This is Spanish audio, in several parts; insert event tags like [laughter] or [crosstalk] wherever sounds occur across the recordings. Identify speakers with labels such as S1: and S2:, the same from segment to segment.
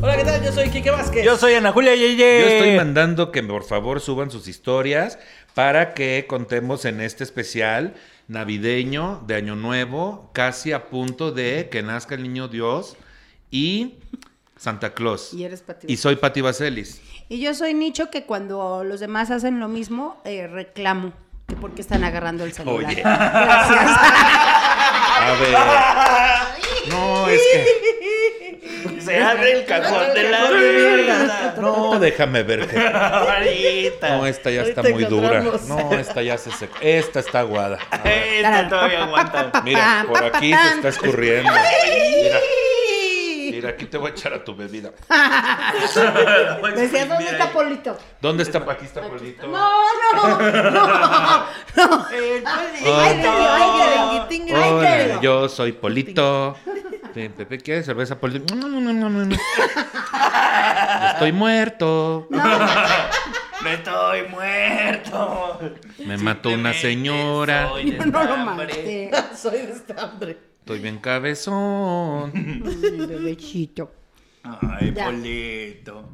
S1: Hola, ¿qué tal? Yo soy Kike Vázquez. [laughs]
S2: Yo soy Ana Julia Yeye.
S1: Yo
S2: Eh.
S1: estoy mandando que por favor suban sus historias para que contemos en este especial navideño de Año Nuevo, casi a punto de que nazca el niño Dios y Santa Claus.
S3: Y eres Pati
S1: Y soy Pati Vaselis.
S3: Y yo soy nicho que cuando los demás hacen lo mismo, eh, reclamo. Que por qué están agarrando el celular.
S1: Oye.
S3: Gracias.
S1: A ver. No, es que.
S2: Se abre el cajón de la vida.
S1: No, déjame ver. jefe.
S2: Ahorita.
S1: No, esta ya está
S2: Ahorita
S1: muy dura.
S2: encontramos.
S1: No, esta ya se secó. Esta está aguada. A ver.
S2: Esta todavía aguanta.
S1: Mira, por aquí se está escurriendo. Mira. Mira, aquí te voy a echar a tu bebida.
S3: Decía, ¿dónde está Polito?
S1: ¿Dónde está? Aquí está Polito.
S3: No, no, no. no. Ay, te dio, ay, te dio, ay, te dio.
S1: Hola, yo soy Polito. Ven, Pepe, ¿quieres cerveza Polito? Estoy muerto.
S2: Me estoy muerto.
S1: Me mató una señora.
S2: Soy de
S3: Yo [laughs] no lo
S2: hambre.
S3: maté. Soy de
S1: este
S3: estambre.
S1: Estoy bien cabezón.
S3: Ay, Bebecito.
S2: Ay,
S3: Ya. Mm.
S2: Polito.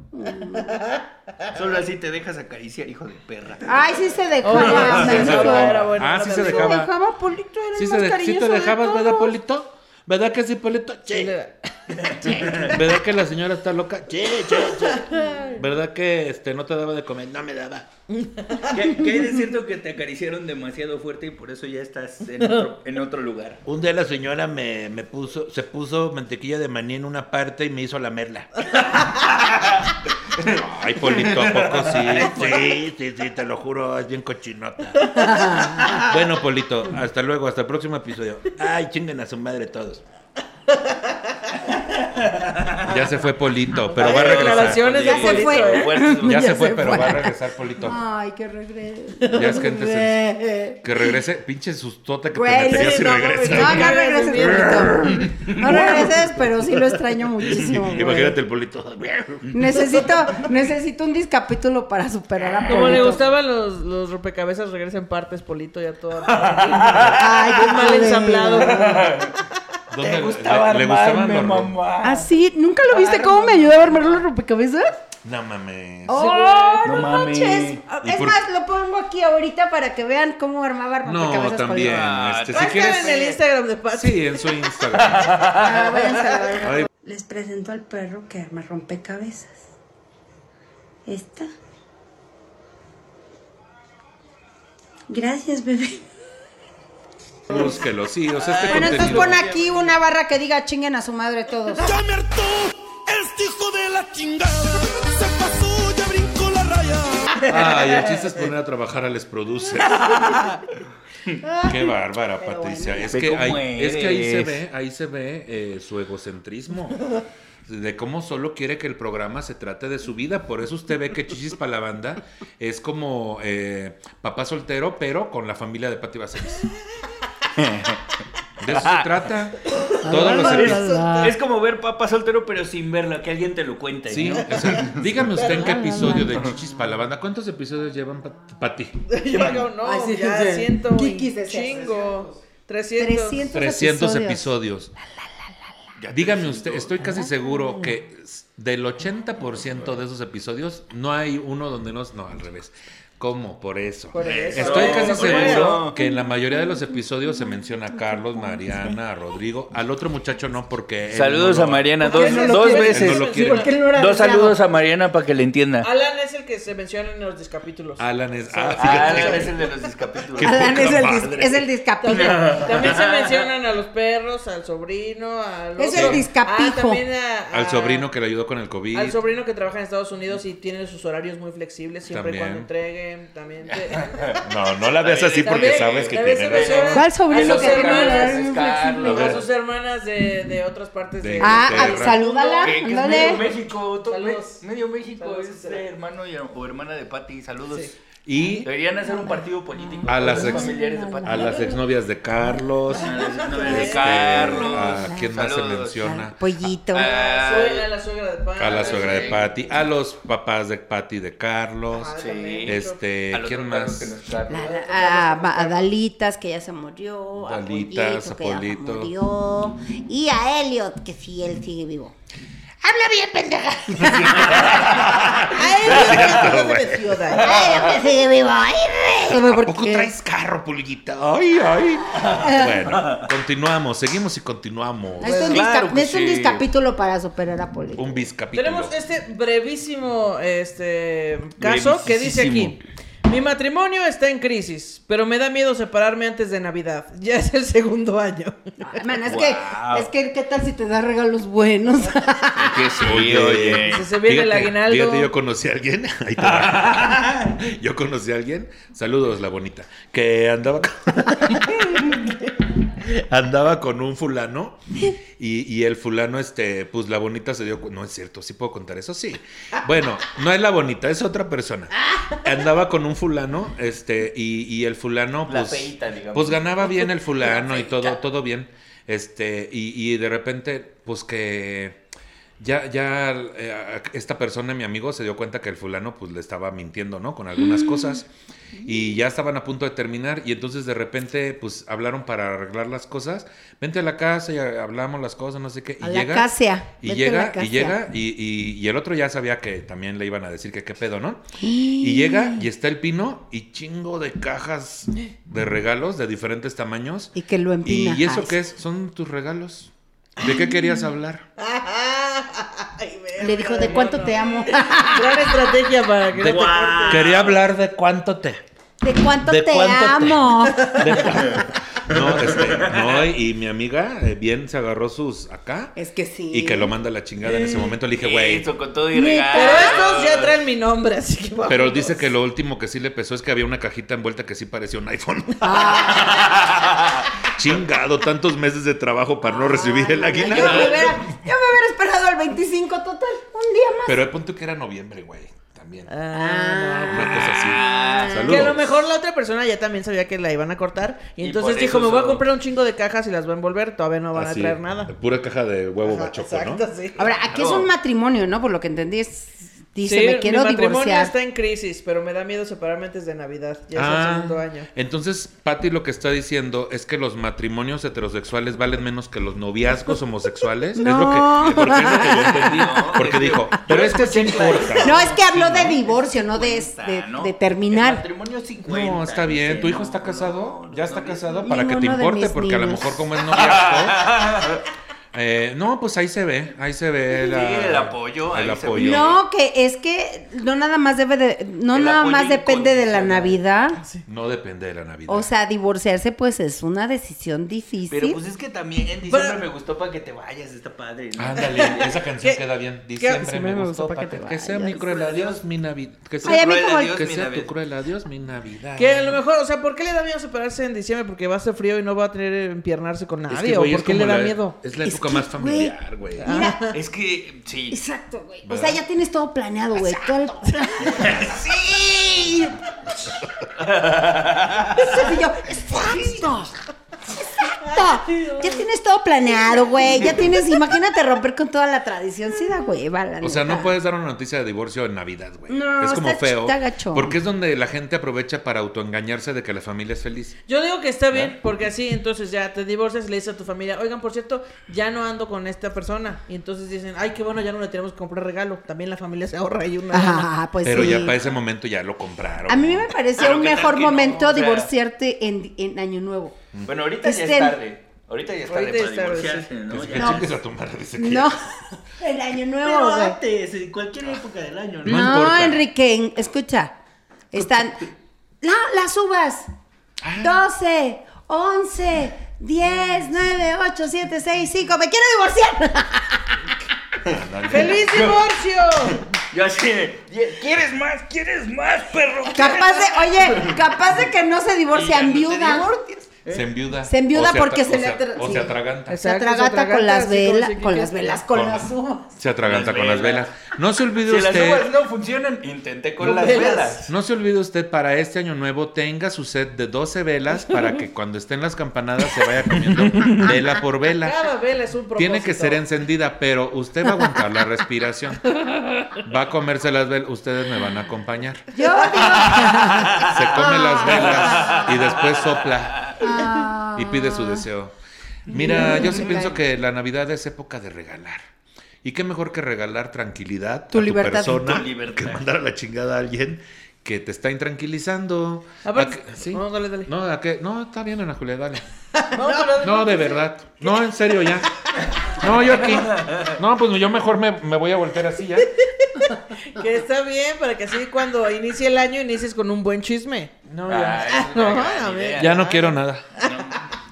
S2: Solo así te dejas acariciar, hijo de perra.
S3: Ay, sí se dejó.
S1: sí
S3: ya,
S1: se
S3: me
S1: dejó.
S3: dijo.
S1: Era bueno, Ah, sí se
S3: Sí
S1: dejaba.
S3: dejaba Polito, era
S1: ¿Sí,
S3: el
S1: se
S3: más
S1: de- sí
S3: cariñoso
S1: te
S3: de
S1: dejabas, ¿verdad,
S3: todos.
S1: Polito? ¿Verdad que sí, Polito? Sí. [laughs] ¿Verdad que la señora está loca? Sí, sí, sí.
S3: [laughs]
S1: ¿Verdad que este, no te daba de comer? No me daba.
S2: ¿Qué, qué hay de cierto que te acariciaron demasiado fuerte y por eso ya estás
S3: [laughs]
S2: en otro, en otro lugar?
S1: Un día la señora me, me puso, se puso mantequilla de maní en una parte y me hizo lamerla. [laughs] Ay, Polito, ¿a poco sí? Sí, sí, sí, te lo juro, es bien cochinota. [laughs] Bueno, Polito, hasta luego, hasta el próximo episodio. Ay, chinguen a su madre todos. Ya se fue Polito, pero va a regresar.
S4: Declaraciones
S3: Ya
S4: de
S3: se
S4: Polito,
S3: fue.
S4: ¿eh?
S1: Ya se fue, pero va a regresar Polito.
S3: Ay, que regrese.
S1: Ya es gente sen-
S3: Regrese.
S1: Que regrese, pinche sustota que te
S3: Güey,
S1: metías
S3: sí,
S1: y
S3: no,
S1: regresa.
S3: No, no regreses, Polito. No regreses, pero sí lo extraño muchísimo. güey.
S1: Imagínate el Polito.
S3: Necesito, necesito un discapítulo para superar a Polito.
S4: Como le gustaban los, los rompecabezas, regresa en partes, Polito, ya
S1: [laughs]
S4: todo.
S3: Ay, qué
S4: Bien mal
S3: culero.
S4: ensamblado.
S1: ¿Dónde le- le, gustaban los rom-
S3: Así, Ah, ¿nunca lo
S4: Ah,
S3: viste cómo me ayudaba a armar los rompecabezas?
S1: No mames.
S3: ¡Oh,
S2: no mames.
S3: manches! Ah,
S1: ¿Y
S3: Es
S1: por-
S3: más, lo pongo aquí ahorita para que vean cómo armaba rompecabezas
S1: no, también.
S4: Va
S1: este,
S3: Polito.
S4: a
S1: si
S4: estar
S1: quieres.
S4: en el Instagram de Pati. [laughs]
S1: Sí, en su Instagram.
S3: Ah, váyanse a la verga.
S1: Ay,
S5: Les presento al perro que arma rompecabezas. Esta. Gracias, bebé.
S1: búsquelo, sí. O sea, este
S3: Bueno, entonces
S1: contenido.
S3: pon aquí una barra que diga chinguen a su madre todos.
S6: Ya me hartó este hijo de la chingada. Se pasó, ya brincó la raya.
S1: Ay, el chiste es poner a trabajar a Les Produce. [laughs] Qué bárbara, Patricia. Es,
S2: Ve
S1: que
S2: cómo
S1: ahí, es que ahí se
S2: eres.
S1: ve, ahí se ve eh, su egocentrismo. De cómo solo quiere que el programa se trate de su vida. Por eso usted ve que Chichis para la banda es como eh, papá soltero, pero con la familia de Pati Baselis. De eso se trata. Todos los
S2: Es,
S1: episodios.
S2: es
S3: Ah.
S2: como ver papá soltero, pero sin verla, que alguien te lo cuente.
S1: Sí,
S2: ¿no?
S1: o sea, dígame usted en qué episodio de Chichis para la banda. ¿Cuántos episodios llevan Pat- Pati?
S4: Yo digo, no,
S3: Ay, sí,
S4: ya
S3: sí.
S4: siento.
S3: Kikis de
S4: Chingo. 300.
S3: 300,
S1: 300 episodios. Dígame usted, estoy casi seguro que s- del 80% de esos episodios no hay uno donde no... No, al revés. ¿Cómo? Por eso.
S4: Por eso.
S1: Estoy
S2: No,
S1: casi
S2: por
S1: seguro
S2: eso.
S1: que en la mayoría de los episodios se menciona a Carlos, Mariana, a Rodrigo. Al otro muchacho no, porque. él
S2: Saludos
S1: no
S2: a
S1: lo-
S2: Mariana
S4: ¿Por qué
S2: dos,
S4: no lo
S2: dos
S4: quiere?
S2: veces.
S1: No lo quiere.
S4: ¿Por qué no era
S2: dos
S4: deseado?
S2: saludos a Mariana para que le entienda.
S4: Alan es el que se menciona en los discapítulos.
S1: Alan es. Ah,
S2: Ah,
S1: fíjate.
S2: es el de los discapítulos.
S1: Qué
S3: Adán
S1: poca
S3: es el, dis-
S1: madre.
S3: es el discapijo.
S4: También, también
S1: [laughs]
S4: se mencionan a los perros, al sobrino, al
S3: Es
S4: otro.
S3: el discapijo.
S4: Ah, también a- a-
S1: Al sobrino que le ayudó con el COVID.
S4: Al sobrino que trabaja en Estados Unidos y tiene sus horarios muy flexibles siempre y
S1: También.
S4: cuando entreguen. También. te-
S1: [laughs] No, no la veas así porque
S4: También,
S1: sabes que
S4: a veces
S1: tiene
S4: mencionan
S1: razón.
S3: ¿Cuál
S4: a
S3: sobrino
S4: sus
S3: que tiene
S4: hermanas,
S3: horarios
S1: A ver.
S4: A sus hermanas de, de otras partes
S1: De-
S4: de.
S3: Ah,
S1: Inglaterra.
S3: ah, salúdala.
S2: Que- que es
S3: ándale.
S2: medio México, todo-
S4: Saludos.
S2: me- medio México
S4: Saludos,
S2: es
S4: César.
S2: eh, hermano y- o hermana de Pati, saludos.
S4: Sí.
S1: Y
S2: Deberían hacer un partido político.
S1: A
S2: con
S1: las
S2: los
S1: ex-
S2: familiares de Pati.
S1: a las exnovias de Carlos.
S2: A las exnovias de
S1: este,
S2: Carlos.
S1: ¿A quién más se
S2: Saludos.
S1: menciona?
S3: Pues, Pollito.
S2: Ah,
S4: Suegra, la suegra de Pan.
S1: A la suegra de
S2: sí.
S1: Patty, a los papás de Patty de Carlos.
S4: Ah,
S2: Sí.
S4: también.
S1: Este,
S2: al otro
S1: ¿quién
S2: Carlos que no
S1: más?
S2: es Carlos.
S3: a, a- a Dalitas, que ya se murió. A
S1: Dalitas,
S3: Polito, que ya se
S1: Apolito.
S3: murió. Y a Elliot, que sí, él sigue vivo. ¡Habla bien,
S1: [laughs]
S3: pendeja! [laughs] a Elliot, a Elliot que sigue vivo. ¡Ay, güey!
S1: ¿A poco traes carro, pulguita? Ay, ay. Bueno, continuamos, seguimos y continuamos.
S3: Es un,
S2: claro
S3: disca-
S2: que
S3: es un
S2: sí.
S3: discapítulo para superar a Polito. [laughs]
S1: Un biscapítulo.
S4: Tenemos este brevísimo este, caso que dice aquí. Mi matrimonio está en crisis, pero me da miedo separarme antes de Navidad. [laughs] Ya es el segundo año. [laughs]
S3: Man, es, que, es que, ¿qué tal si te da regalos buenos?
S2: Que sí,
S1: Oye, oye.
S4: Si se viene el aguinaldo.
S1: Fíjate, yo conocí a alguien. [laughs] Ahí te va.
S4: [laughs]
S1: Yo conocí a alguien. Saludos, la bonita. Que andaba con, [laughs] andaba con un fulano. Y, y el fulano, este, pues la bonita se dio. cu- No es cierto, sí puedo contar eso, sí. Bueno, no es la bonita, es otra persona. Andaba con un fulano, este, y, y el fulano,
S2: La
S1: pues.
S2: feíta, digamos.
S1: Pues ganaba
S2: [laughs]
S1: bien el fulano y todo, todo bien. Este, y, y de repente, pues que ya, ya eh, esta persona, mi amigo, se dio cuenta que el fulano pues le estaba mintiendo, ¿no? Con
S3: Mm.
S1: algunas cosas. Y ya estaban a punto de terminar y entonces de repente pues hablaron para arreglar las cosas. Vente a la casa y a- hablamos las cosas, no sé qué. [laughs] Y
S3: A la
S1: llega,
S3: casa.
S1: Y
S3: Vente a la
S1: llega,
S3: casa.
S1: y llega, y, y- y el otro ya sabía que también le iban a decir que qué pedo, ¿no? Y llega y está el pino y chingo de cajas de regalos de diferentes tamaños.
S3: [gasps] Y que lo
S1: ¿Y,
S3: empina.
S1: ¿y eso
S3: Ay,
S1: qué es? Son tus regalos. ¿De qué querías hablar?
S4: Ay, verga,
S3: Le dijo, ¿de cuánto
S4: no,
S3: te
S4: no.
S3: amo?
S4: Gran estrategia para que no te corten.
S1: Quería hablar de cuánto te.
S3: ¿De cuánto
S1: ¿De
S3: te
S1: cuánto te-
S3: amo?
S1: No, este, no, y mi amiga eh, bien se agarró sus acá
S3: Es que sí.
S1: y que lo manda a la chingada en ese momento. Le dije, güey.
S2: Eso, con todo y
S3: Neta.
S4: Pero
S2: regalos.
S4: estos ya traen mi nombre, así que vamos.
S1: Pero dice que lo último que sí le pesó es que había una cajita envuelta que sí parecía un iPhone.
S4: Ah.
S1: [laughs] Chingado, tantos meses de trabajo para no recibir
S4: Ah,
S1: el
S3: Yo me, hubiera,
S1: aguinaldo.
S3: yo me hubiera esperado al 25 total, un día más.
S1: Pero el punto que era noviembre, güey. También.
S4: Ah,
S1: Una cosa así.
S4: que
S1: Saludos.
S4: a lo mejor la otra persona ya también sabía que la iban a cortar. Y
S2: Y
S4: entonces
S2: por
S4: dijo,
S2: eso
S4: me voy a
S2: son-
S4: comprar un chingo de cajas y las voy a envolver. Todavía no van
S1: Así,
S4: a traer nada.
S1: Pura caja de huevo machoco, ¿no?
S4: Exacto, sí.
S3: Ahora, aquí es
S2: Claro.
S3: un matrimonio, ¿no? Por lo que entendí, es, dice,
S4: Sí,
S3: me quiero
S4: mi matrimonio
S3: divorciar.
S4: está en crisis, pero me da miedo separarme antes de Navidad. Ya es el
S1: Ah,
S4: segundo año.
S1: Entonces, Patty lo que está diciendo es que los matrimonios heterosexuales valen menos que los noviazgos homosexuales.
S3: No.
S1: Es lo que, porque es lo que yo
S2: [laughs]
S1: entendí.
S2: No,
S1: porque
S2: es que-
S1: dijo, pero este sí importa.
S3: No, es que habló de divorcio, no de, de,
S2: ¿no?
S3: de
S2: El
S3: terminar.
S2: matrimonio 50.
S1: No, está bien. ¿Tu hijo está
S2: no,
S1: casado?
S2: no,
S1: ¿Ya
S2: no,
S1: está
S2: no,
S1: casado?
S3: Y
S1: Para que te
S3: uno de
S1: importe,
S3: mis
S1: porque a lo
S3: niños.
S1: mejor como
S2: [laughs]
S1: es noviazgo...
S2: Ah,
S1: eh, no, pues ahí se ve, ahí se ve la-
S2: Sí, el apoyo,
S1: El
S2: ahí se
S1: apoyo.
S2: ve.
S3: No, que es que no nada más debe de, no
S2: El
S3: nada
S2: apoyo
S3: más depende de la
S2: incondicional.
S3: Navidad.
S1: No depende de la Navidad.
S3: O sea, divorciarse pues es una decisión difícil.
S2: Pero pues es que también en diciembre
S4: Pero-
S2: me gustó para que te vayas, está padre. ¿no?
S1: Ándale, esa canción
S4: ¿Qué-
S1: queda bien.
S4: qué-
S1: Diciembre
S4: sí,
S1: me,
S4: me gustó
S1: gustó,
S4: pa'
S1: pa'
S4: que
S1: que,
S4: te
S1: que sea mi
S4: vayas.
S1: cruel adiós, mi Navidad. Que sea,
S3: Ay, a mí
S2: Cruel
S3: como el-
S2: adiós,
S1: que
S2: mi
S1: sea
S2: Navidad.
S1: tu cruel adiós, mi Navidad.
S4: Que a lo mejor, o sea, ¿por qué le da miedo separarse en diciembre? Porque va a hacer frío y no va a tener que empiernarse con nadie.
S1: Es que, güey,
S4: ¿O
S1: es
S4: por qué
S1: como
S4: le da
S1: la-
S4: miedo?
S1: Es la
S3: Es
S1: época
S3: que, Ah,
S1: más familiar, güey.
S3: Mira,
S2: Es que,
S3: [laughs]
S2: sí.
S3: exacto, güey. O
S1: ¿Verdad?
S3: sea, ya tienes todo planeado, güey. Todo el plan.
S2: ¡Sí!
S3: Eso sí yo, exacto. Exacto. Ya tienes todo planeado, güey. Ya tienes, imagínate romper con toda la tradición. Sí da hueva, la
S1: O sea,
S3: neta.
S1: no puedes dar una noticia de divorcio en Navidad, güey.
S3: No,
S1: es como
S3: está ch-
S1: feo.
S3: está gacho.
S1: Porque es donde la gente aprovecha para autoengañarse de que la familia es feliz.
S4: Yo digo que está bien, porque así entonces ya te divorcias y le dices a tu familia, oigan, por cierto, ya no ando con esta persona. Y entonces dicen, ay, qué bueno, ya no le tenemos que comprar regalo. También la familia se ahorra y una... lana.
S3: Ah, pues
S1: Pero
S3: sí.
S1: ya para ese momento ya lo compraron.
S3: A mí me pareció
S2: Pero
S3: un
S2: ¿qué tal
S3: mejor
S2: que no?
S3: momento
S2: O sea-
S3: divorciarte en, en Año Nuevo.
S2: Bueno, ahorita ya es
S3: Estén.
S2: tarde. Ahorita ya es tarde
S4: Ahorita ya
S2: para
S4: es tarde,
S2: divorciarse, ¿no?
S1: Que-
S2: Ya.
S1: que
S3: No.
S1: chingues a tu madre, dice que- [laughs]
S3: No, en Año
S2: Pero
S3: Nuevo, güey.
S2: antes, en cualquier época del año, ¿no?
S1: No
S3: No,
S1: importa.
S3: Enrique, en- escucha. Están la, las uvas.
S1: Ah.
S3: 12, 11, 10, 9, 8, 7, 6, 5. ¡Me quiero divorciar! [laughs]
S4: ¡Feliz divorcio!
S2: Yo así de, ¿quieres más? ¿Quieres más, perro?
S3: Capaz de, oye, capaz de que no se divorcian
S2: Y ya no te
S3: viuda.
S2: divorcias.
S1: Se enviuda.
S3: Se enviuda
S1: O
S3: porque
S1: atra-
S3: se
S1: o
S3: le atra-
S1: O
S3: sí.
S1: se atraganta.
S3: Se
S4: Exacto, se
S3: atraganta con
S4: atraganta,
S3: las
S4: así como
S3: velas,
S4: si que-
S3: con las velas, con
S1: Con-
S4: [laughs]
S3: las uvas.
S1: Se atraganta
S2: Las
S1: con las
S2: velas.
S1: velas. No se olvide
S2: Si las
S1: usted.
S2: uvas no funcionan, intenté con
S4: Con
S2: las
S4: velas.
S2: velas.
S1: No se olvide usted, para este año nuevo tenga su set de 12 velas
S2: [laughs]
S1: para que cuando estén las campanadas se vaya comiendo vela por vela.
S4: Cada vela es un propósito.
S1: Tiene que ser encendida, pero usted va a aguantar la respiración. Va a comerse las velas, ustedes me van a acompañar.
S3: Yo digo.
S1: Se come las velas y después sopla
S4: Ah.
S1: y pide su deseo. Mira, yo sí pienso que la Navidad es época de regalar. Y qué mejor que regalar tranquilidad
S3: Tu
S1: a
S3: libertad.
S1: tu persona
S2: Tu libertad.
S1: que mandar a la chingada a alguien que te está intranquilizando.
S4: A ver,
S1: ¿A qué- sí?
S4: no, dale, dale.
S1: No, ¿a qué? No, está bien, Ana Julia, dale.
S4: No, pero-
S1: No, de verdad. No, en serio, ya. No, yo aquí. No, pues yo mejor me, me voy a voltear así ya.
S4: Que está bien, para que así cuando inicie el año inicies con un buen chisme. Ah,
S1: No, ya.
S2: Ay,
S4: [laughs]
S2: es
S4: No,
S2: una gran
S4: a ver.
S2: idea.
S1: Ya no quiero nada.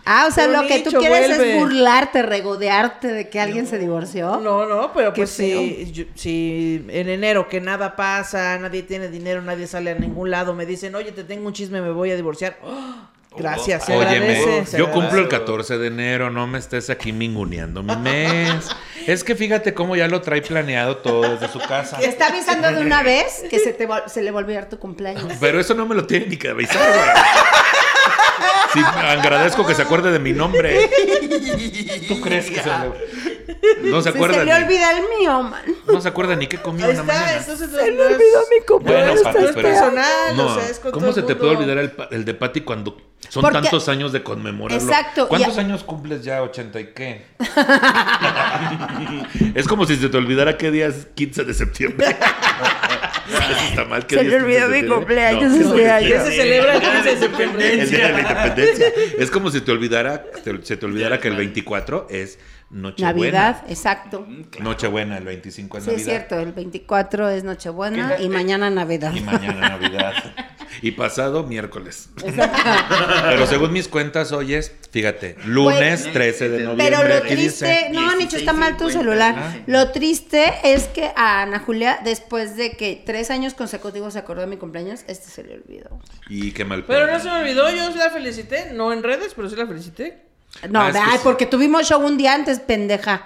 S3: Ah, o sea,
S4: Pero
S3: lo que tú
S4: Nicho,
S3: quieres
S4: vuelve.
S3: es burlarte, regodearte de que alguien se divorció.
S4: No, no, pero
S3: Qué
S4: pues si, yo- si en enero que nada pasa, nadie tiene dinero, nadie sale a ningún lado, me dicen, oye, te tengo un chisme, me voy a divorciar. ¡Oh! gracias, se
S1: Óyeme,
S4: agradece. se
S1: yo
S4: agradece.
S1: cumplo el 14 de enero, no me estés aquí minguneando mi mes. Es que fíjate cómo ya lo trae planeado todo desde su casa.
S4: [laughs]
S3: Te está avisando de una vez que se, te vol- se le volvió a dar tu cumpleaños.
S1: Pero eso no me lo tiene ni que avisar, güey. Sí, agradezco que se acuerde de mi nombre. ¿Tú crees que se le... No se
S3: Sí, se
S1: acuerda
S3: le
S1: ni,
S3: olvida el mío, man.
S1: no se acuerda ni qué comió
S4: Ahí
S1: una
S4: está,
S1: mañana.
S4: entonces se le olvidó mi
S1: Bueno, Pati,
S4: es
S1: pero-
S3: Ah,
S4: personal,
S1: no,
S4: o sea, es con
S1: ¿Cómo
S4: todo
S1: se
S4: el
S1: te
S4: mundo.
S1: puede olvidar el, pa- el de Pati cuando son
S3: Porque-
S1: tantos años de conmemorarlo?
S3: Exacto, y-
S1: ¿Cuántos años cumples ya? ¿80 y qué? [laughs] es como si se te olvidara qué día es 15 de
S3: [laughs]
S1: septiembre. Eso está mal. ¿qué
S3: Se
S1: día es
S3: le olvidó
S1: 15 de
S3: mi
S1: septiembre?
S3: cumpleaños
S1: No, no,
S3: este
S1: es
S3: año.
S4: ¿Qué
S3: [laughs]
S4: se celebra
S1: [laughs]
S4: el 15 de
S1: El día de la
S4: septiembre?
S1: independencia. Es como si te olvidara, te- se te olvidara que el 24 es Nochebuena.
S3: Navidad, exacto.
S2: Mm,
S1: Nochebuena, el 25 es
S3: Sí, es
S1: Navidad.
S3: cierto, el 24 es
S2: ¿Qué
S3: Nochebuena
S2: tal?
S3: y mañana Navidad.
S1: Y mañana Navidad. Y pasado miércoles. Pero según mis cuentas, hoy es, fíjate, lunes
S2: Güey.
S1: 13 de
S2: Pero
S1: noviembre.
S3: Pero lo
S1: aquí dice.
S3: triste, no, Nicho, está mal tu
S2: 16.50,
S3: celular.
S1: ah.
S2: dice.
S3: Lo triste es que a Ana Julia, después de que tres años consecutivos se acordó de mi cumpleaños, este se le olvidó.
S1: Y qué mal.
S4: Pero
S1: pedo.
S4: no se me olvidó, yo la felicité, no en redes, pero sí la felicité.
S3: No,
S1: Ah, es que
S3: ay,
S1: sí.
S3: porque tuvimos show un día antes, pendeja.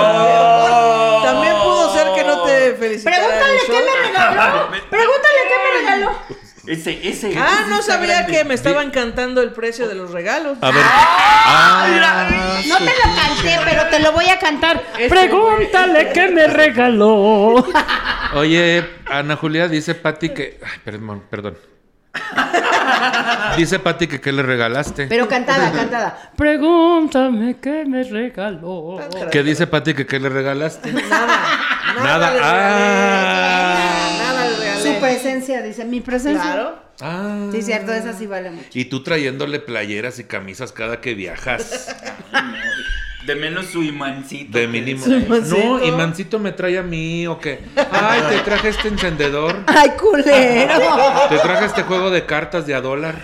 S1: Oh.
S4: También pudo ser que no te felicitara. en el
S3: Pregúntale qué
S4: show. [laughs]
S3: me regaló. Pregúntale qué me regaló.
S2: Ese, ese.
S4: Ah, no
S2: ese está
S4: sabía
S2: grande.
S4: que me estaban cantando el precio de los regalos.
S1: A ver. Ah,
S3: No te lo canté, pero te lo voy a cantar.
S4: Este
S7: Pregúntale qué me regaló.
S1: Oye, Ana Julia dice Pati que. Ay, perdón, perdón. Dice Pati que qué le regalaste.
S3: Pero cantada, cantada.
S7: Pregúntame qué me regaló.
S1: ¿Qué dice Pati que qué le regalaste?
S4: oh, Nada.
S1: Nada.
S4: le
S1: Ah.
S4: regalé, Nada le regalé.
S3: Su presencia, dice, mi presencia.
S4: Claro.
S1: Ah.
S3: Sí, cierto, esa sí vale mucho.
S1: Y tú trayéndole playeras y camisas cada que viajas.
S2: De menos su imancito.
S1: De
S2: que
S1: mínimo.
S2: dice.
S1: No, y Mancito me trae a mí o qué. Ay, te traje este encendedor.
S3: Ay, culero.
S1: Te traje este juego de cartas de a dólar.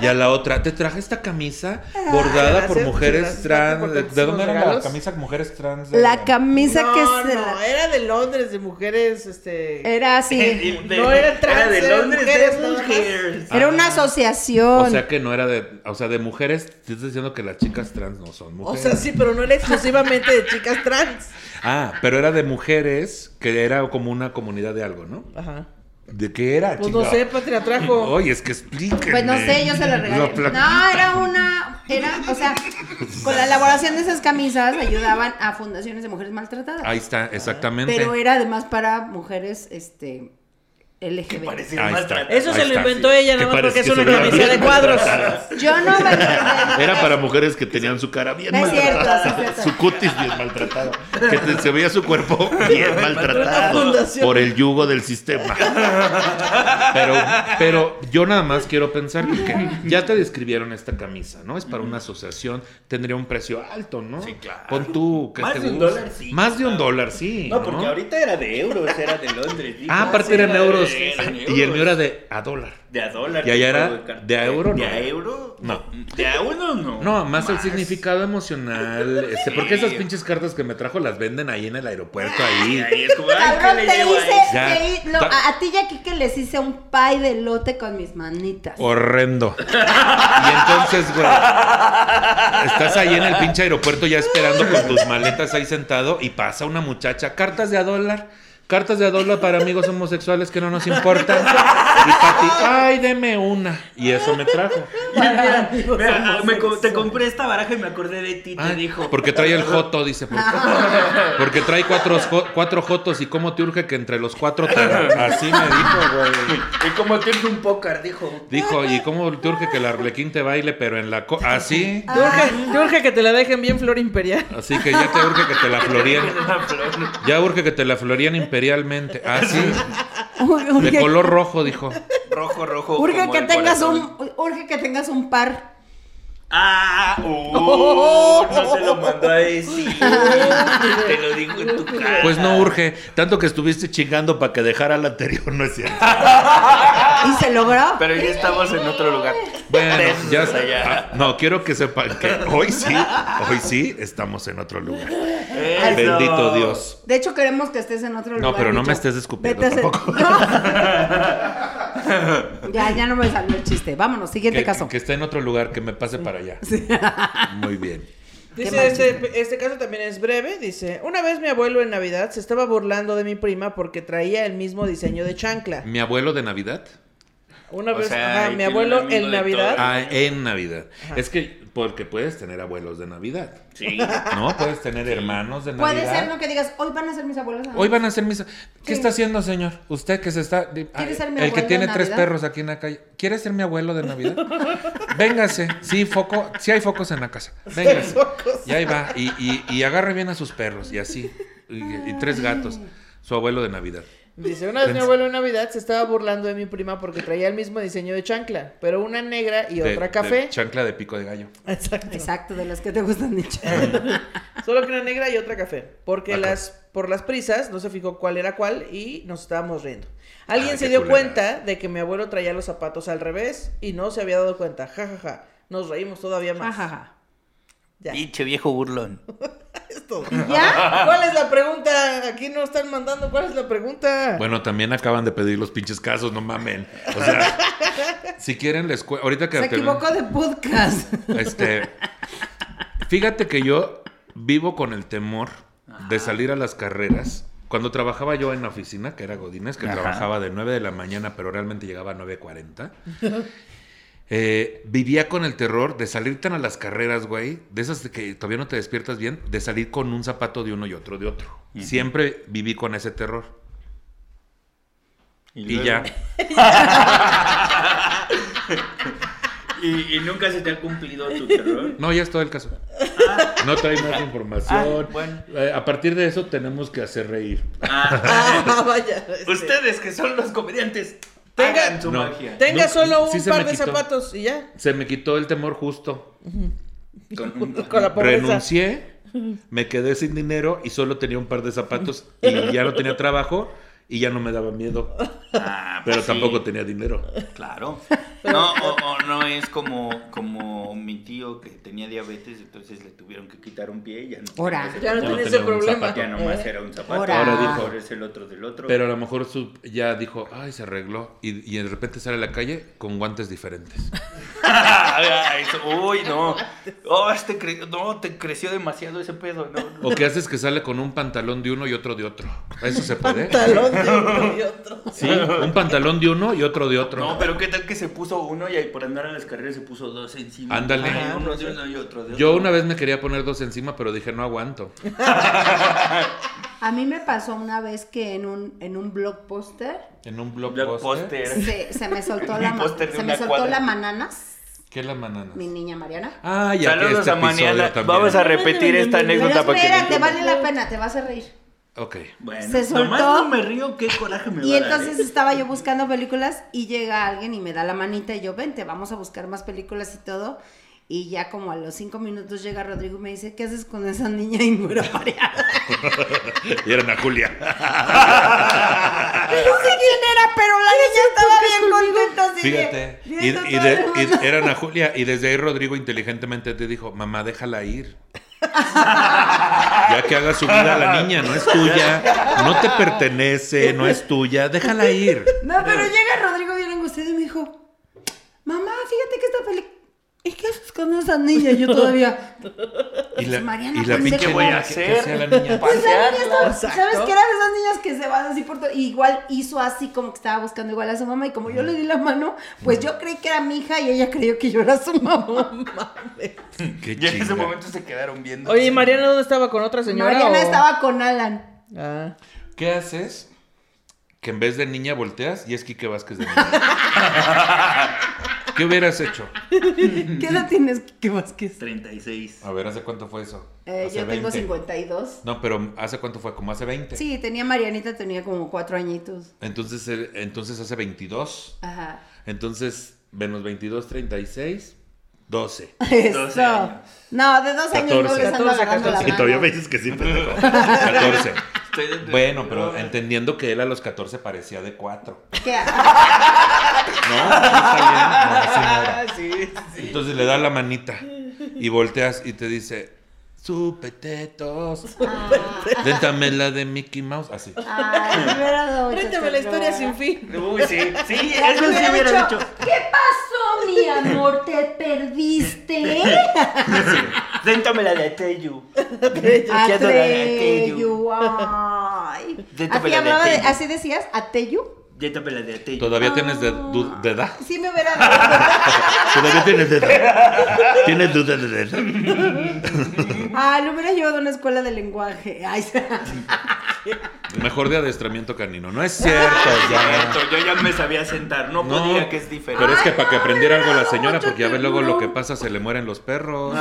S1: Y a la otra, te traje esta camisa bordada
S4: Gracias,
S1: por mujeres
S4: gracias, gracias
S1: trans.
S4: por
S1: ¿De,
S4: tantos
S1: de dónde era la
S4: regalos.
S1: camisa? Mujeres trans. de-
S3: La camisa
S4: No,
S3: que se
S4: no,
S3: la-
S4: era de Londres, de mujeres, este...
S3: Era
S2: [laughs] De-
S3: así.
S2: de-
S4: No era trans,
S2: Era de
S4: eran
S2: Londres,
S4: mujeres
S2: de
S4: nada más.
S2: mujeres.
S3: Era una
S1: O
S3: asociación.
S1: sea que no era de. O sea, de mujeres. Te estás diciendo que las chicas trans no son
S4: O
S1: mujeres.
S4: sea, sí, pero no era exclusivamente de chicas trans.
S1: Ah, pero era de mujeres que era como una comunidad de algo, ¿no?
S4: Ajá.
S1: ¿De qué era?
S4: Pues no
S1: chingado?
S4: sé, Pati la trajo.
S1: Oye, es que explíquenme.
S3: pues no sé, yo se la regalé.
S1: Lo pla-
S3: No, era una Era, o sea, con la elaboración de esas camisas ayudaban a fundaciones de mujeres maltratadas.
S1: Ahí está, exactamente.
S3: pero era además para mujeres este LGBT.
S2: Parecía
S1: Ahí
S2: más
S1: está.
S2: tra-
S4: Eso
S1: Ahí
S4: se lo
S1: está.
S4: inventó ella, nada
S8: Que
S4: más porque es
S8: parece que
S4: una
S8: se ve
S4: camisa de
S8: bien.
S4: cuadros.
S3: Yo
S2: [laughs]
S3: no me entendí.
S8: Era para mujeres que tenían su cara
S4: [laughs]
S8: bien
S3: No es cierto,
S8: maltratada,
S3: sí es cierto.
S8: su cutis bien maltratado, que te- se veía su
S4: [laughs]
S8: cuerpo bien maltratado
S4: Fundación.
S8: por el yugo del sistema.
S1: Pero, pero yo nada más quiero pensar que ya te describieron esta camisa, ¿no? Es para una asociación, tendría un precio alto, ¿no?
S2: Sí, claro.
S1: Pon tú, ¿qué
S2: Más
S1: te
S2: de un
S1: gusta?
S2: dólar, sí.
S1: Más de un dólar, sí.
S2: No, porque ahorita era de euros, era de Londres. digo.
S1: Ah, aparte
S2: Sí,
S1: eran euros. Ah,
S2: de- eran
S1: Y el mío era
S2: euros.
S1: de a dólar.
S2: De a dólar.
S1: ¿Y allá era
S2: tipo cartón.
S1: de a euro?
S2: ¿De
S1: No.
S2: a euro?
S1: No.
S2: ¿De a uno no?
S1: No, más, el significado emocional. Este, porque esas pinches cartas que me trajo las venden ahí en el aeropuerto,
S2: Y
S1: ahí.
S2: ahí es
S1: [laughs]
S2: como, ay, ¿qué
S3: Cabrón,
S2: le
S3: te
S2: llevo
S3: hice,
S2: ahí?
S1: Ya.
S3: te hi- no,
S1: Ta-
S3: a, a ti ya que les hice un pie de lote con mis manitas.
S1: Horrendo. Y entonces, güey, estás ahí en el pinche aeropuerto ya esperando con tus maletas ahí sentado y pasa una muchacha, cartas de a dólar, cartas de a dólar para amigos homosexuales que no nos importan. Y Pati, ay, deme una. Y eso me trajo.
S2: Y [laughs] mira, mira, ah, me co- te compré esta baraja y me acordé de ti,
S1: Ah,
S2: te dijo.
S1: Porque trae el
S2: [laughs]
S1: joto, dice. ¿por qué? Porque trae cuatro, jo- cuatro jotos y cómo te urge que entre los cuatro te... Así me dijo, güey.
S2: Y como tienes un pócar, dijo.
S1: Dijo, ¿y cómo te urge que el arlequín te baile, pero en la... co- Así...
S4: Te urge, te urge que te la dejen bien flor imperial.
S1: Así que ya te urge que te [laughs] la florían.
S2: Una flor.
S1: Ya urge que te la florían imperialmente. Ah, sí.
S3: Ur-
S1: De
S3: [laughs] urge-
S1: color rojo, dijo.
S2: Rojo, rojo.
S3: Urge
S2: como
S3: que
S2: el
S3: tengas
S2: corazón.
S3: un urge que tengas un par.
S2: Ah, uh,
S4: [laughs]
S2: no te lo mandó a decir. te lo dijo en tu cara.
S1: Pues no
S2: urge.
S1: urge.
S8: Tanto que estuviste chingando para que dejara la anterior, no es cierto.
S3: ¿Y se logró?
S2: Pero ya estamos en otro lugar.
S1: Bueno,
S2: Besos
S1: ya.
S2: allá.
S8: Ah, no, quiero que sepan que hoy sí, hoy sí estamos en otro lugar.
S2: Eso.
S8: Bendito Dios.
S3: De hecho queremos que estés en otro lugar.
S1: pero no
S3: Micho.
S1: me estés escupiendo
S3: Vete a hacer-
S8: tampoco.
S3: No. ya, ya no me salió el chiste. Vámonos, siguiente
S1: Que,
S3: caso.
S1: que está en otro lugar, que me pase para allá. Muy bien.
S4: Dice, este, este caso también es breve, dice, una vez mi abuelo en Navidad se estaba burlando de mi prima porque traía el mismo diseño de chancla.
S1: ¿Mi abuelo de Navidad?
S4: Una
S2: O
S4: vez,
S2: sea,
S4: ajá,
S2: ahí
S4: mi
S2: tiene un
S4: abuelo
S2: amigo
S4: en
S2: de
S4: Navidad.
S2: todo.
S1: Ah, en Navidad. Es que, porque puedes tener abuelos de Navidad.
S2: Sí.
S1: ¿No? Puedes tener hermanos de Navidad.
S3: Puede ser no que digas, hoy van a ser mis abuelos.
S1: Hoy van a hacer misa. ¿Qué
S3: Sí.
S1: está haciendo, señor? Usted que se está. Ah,
S3: ser mi
S1: el que
S3: abuelo
S1: tiene
S3: de
S1: tres
S3: Navidad?
S1: perros aquí en la calle. ¿Quiere ser mi abuelo de Navidad? Véngase. Sí, foco. Sí hay focos en la casa. Véngase. Y ahí va. Y, y- y agarre bien a sus perros. Y así. Y, y tres gatos. Su abuelo de Navidad.
S4: [laughs] Dice, una vez mi abuelo en Navidad se estaba burlando de mi prima porque traía el mismo diseño de chancla, pero una negra y
S1: De-
S4: otra
S1: de
S4: café.
S1: chancla de pico de gallo.
S4: [laughs] Exacto.
S3: Exacto, de las que te gustan dicho.
S4: Solo que una negra y otra café. Porque
S1: Ajá.
S4: las, por las prisas no se fijó cuál era cuál y nos estábamos riendo. Alguien
S1: Ay,
S4: se
S1: Ah, qué
S4: dio
S1: culeras.
S4: cuenta de que mi abuelo traía los zapatos al revés y no se había dado cuenta. Ja, ja, ja. Nos reímos todavía más.
S3: Ajaja.
S4: Ya.
S2: Pinche viejo burlón.
S4: Es todo.
S3: ¿Y ya?
S4: ¿Cuál es la pregunta? Aquí nos están mandando. ¿Cuál es la pregunta?
S8: Bueno, también acaban de pedir los pinches casos, no mamen. O sea,
S3: [laughs]
S1: Si quieren, les cuento. Ahorita que.
S3: Se equivocó de podcast.
S1: Este. Fíjate que yo vivo con el temor de salir a las carreras. Cuando trabajaba yo en la oficina, que era Godínez, que
S2: Ajá.
S1: trabajaba de 9 de la mañana, pero realmente llegaba a 9.40, [laughs] eh, vivía con el terror de salir tan a las carreras, güey, de esas de que todavía no te despiertas bien, de salir con un zapato de uno y otro de otro. Siempre viví con ese terror. Y,
S2: luego-
S1: ya.
S2: Y, y nunca se te ha cumplido tu terror.
S1: No, ya es todo el caso.
S8: no trae más información.
S2: Ah, bueno.
S8: Eh, a partir de eso tenemos que hacer reír.
S4: [laughs] Ah, vaya. este,
S2: Ustedes que son los comediantes,
S4: Tenga-
S2: hagan su
S1: No.
S2: magia.
S4: Tenga
S1: No,
S4: solo un
S1: sí se
S4: par
S1: me
S4: de
S1: quitó.
S4: zapatos y ya.
S1: Se me quitó el temor justo.
S4: [laughs]
S2: Con un-
S4: Con la pobreza.
S1: renuncié, me quedé sin dinero y solo tenía un par de zapatos y ya no tenía trabajo y ya no me daba miedo,
S2: Ah, pues
S8: Pero
S2: sí,
S8: tampoco tenía dinero.
S2: Claro. No, o, o no es como, como mi tío que tenía diabetes, entonces le tuvieron que quitar un pie y ya no. tenía
S3: Ora.
S2: ese
S4: Ya no
S2: zapato.
S4: tiene ese
S1: un
S4: problema.
S2: Ya nomás
S4: Eh,
S2: era un zapato.
S3: Ora.
S2: Ahora dijo, ahora es el otro del otro. [laughs]
S1: pero a lo mejor su- ya dijo, ay, se arregló y, y de repente sale a la calle con guantes diferentes.
S2: haga eso. Uy, no. Oh, este cre- no, te creció demasiado ese pedo. No, no.
S1: ¿O qué haces que sale con un pantalón de uno y otro de otro? ¿Eso se puede?
S4: Pantalón de
S2: [laughs]
S4: uno y otro.
S1: Sí, un pantalón de uno y otro de otro.
S2: No, pero qué tal que se puso uno y ahí por andar en las carreras se puso dos encima.
S1: Ándale.
S2: Ajá, uno de uno y otro de
S1: Yo
S2: otro.
S1: una vez me quería poner dos encima, pero dije, no aguanto.
S3: A mí me pasó una vez que en un, en un blog póster
S1: En un blog, ¿eh?
S2: Black
S1: poster.
S2: Poster.
S3: se, se me
S1: [laughs]
S3: soltó la
S2: Un
S3: ma-
S2: póster de
S3: se
S2: una
S3: me soltó
S2: cuadra.
S3: la mananas,
S1: ¿Qué es la manana?
S3: mi niña Mariana.
S1: Ah, ya que
S2: Saludos
S1: este
S2: a Maniala.
S1: episodio también.
S2: Vamos a repetir esta
S3: Pero
S2: anécdota para que
S3: espérate,
S2: la
S3: vale [laughs] la pena, te vas a reír.
S1: Ok. [laughs]
S2: Bueno,
S3: Se soltó.
S2: Nomás no me río, qué coraje me
S3: Y
S2: va a dar,
S3: entonces
S2: ¿eh?
S3: estaba yo buscando películas y llega alguien y me da la manita y yo, vente, vamos a buscar más películas y todo. Y ya como a los cinco minutos llega Rodrigo y me dice, ¿qué haces con esa niña? Y no era Mariana.
S1: [laughs]
S8: Y era Ana
S2: [laughs]
S8: Julia.
S3: No sé quién era, pero la niña estaba bien contenta. así de-
S1: Fíjate. Y,
S3: viendo
S1: y
S3: todo
S1: de-
S3: el
S1: y
S3: mundo.
S1: era Ana Julia. Y desde ahí Rodrigo inteligentemente te dijo, mamá, déjala ir. Ya que haga su vida la niña, no es tuya, no te pertenece, no es tuya, déjala ir.
S3: No, pero llega Rodrigo bien angustiado y me dijo, mamá, fíjate que esta película... ¿Y qué haces con esa niña? Y Yo todavía...
S1: Y la,
S3: Pues, Mariana,
S1: y la
S3: pues,
S1: pinche
S3: ¿qué voy a
S1: niña que- que
S2: hacer?
S1: hacía la niña.
S3: Pues la niña estaba-
S4: Exacto.
S3: ¿Sabes qué era de esas niñas que se van así por todo? Y Igual hizo así como que estaba buscando igual a su mamá y como yo le di la mano, pues yo creí que era mi hija y ella creyó que yo era su mamá.
S2: [laughs] Y
S1: Qué
S2: en ese
S1: chinga.
S2: momento se quedaron viendo.
S4: Oye, ¿y Mariana dónde estaba con otra señora?
S3: Mariana
S4: o-
S3: estaba Pues con Alan.
S4: Ah.
S1: ¿Qué haces? Que en vez de niña volteas y es Quique Vázquez de niña. [laughs] ¿Qué hubieras hecho?
S3: ¿Qué edad tienes, Kike Vázquez?
S2: 36.
S1: A ver, ¿hace cuánto fue eso?
S3: Eh,
S1: Hace
S3: yo
S1: 20.
S3: tengo 52.
S1: No, pero ¿hace cuánto fue? ¿Como hace 20?
S3: Sí, tenía Marianita, tenía como cuatro añitos.
S1: Entonces, eh, entonces hace 22.
S3: Ajá.
S1: Entonces, menos 22, 36, [laughs] 12.
S3: Eso.
S2: años.
S3: No, de dos años no
S1: 14.
S3: les ando
S4: 14,
S3: agarrando la
S8: Y todavía me
S3: mano.
S8: dices que sí, pendejo.
S1: 14.
S2: Estoy dentro-
S1: Bueno, pero entendiendo que él a los 14 parecía de 4.
S3: ¿Qué?
S1: No, sí [laughs] está bien. No, así no era.
S4: Ah, sí, sí.
S1: Entonces le da la manita y volteas y te dice, supetetos, déntame la de Mickey Mouse, así.
S3: Ah, Ay, me hubiera dado mucho
S4: Cuéntame la historia sin
S3: terror.
S4: fin.
S2: Uy, sí. Sí,
S3: [laughs] Ya
S2: eso
S3: me
S2: sí hubiera dicho.
S3: ¿Qué pasó, mi amor? ¿Te [laughs] perdiste?
S2: Déntame la de
S3: [laughs]
S2: Atreyu. Quiero la de Atreyu.
S3: Ateyu, [laughs] ay.
S2: De tu
S3: ¿Así,
S2: pelo de
S3: hablaba de-
S2: Ateyu.
S3: ¿Así decías? ¿Ateyu?
S2: Déntame la de Atreyu.
S1: Todavía tienes de, du- de edad.
S3: Sí me hubiera dado.
S1: [laughs]
S8: Todavía tienes duda. Tienes duda de edad.
S3: Ay, Ah, lo hubiera llevado a una escuela de lenguaje. Ay,
S1: Mejor de adiestramiento canino. No es cierto, ya.
S2: Cierto, Yo ya me sabía sentar. No,
S1: No,
S2: podía que es diferente.
S1: pero es que para que aprendiera algo la señora,
S3: mucho
S1: porque ya ves luego lo que
S3: ternura.
S1: pasa, se le mueren los perros.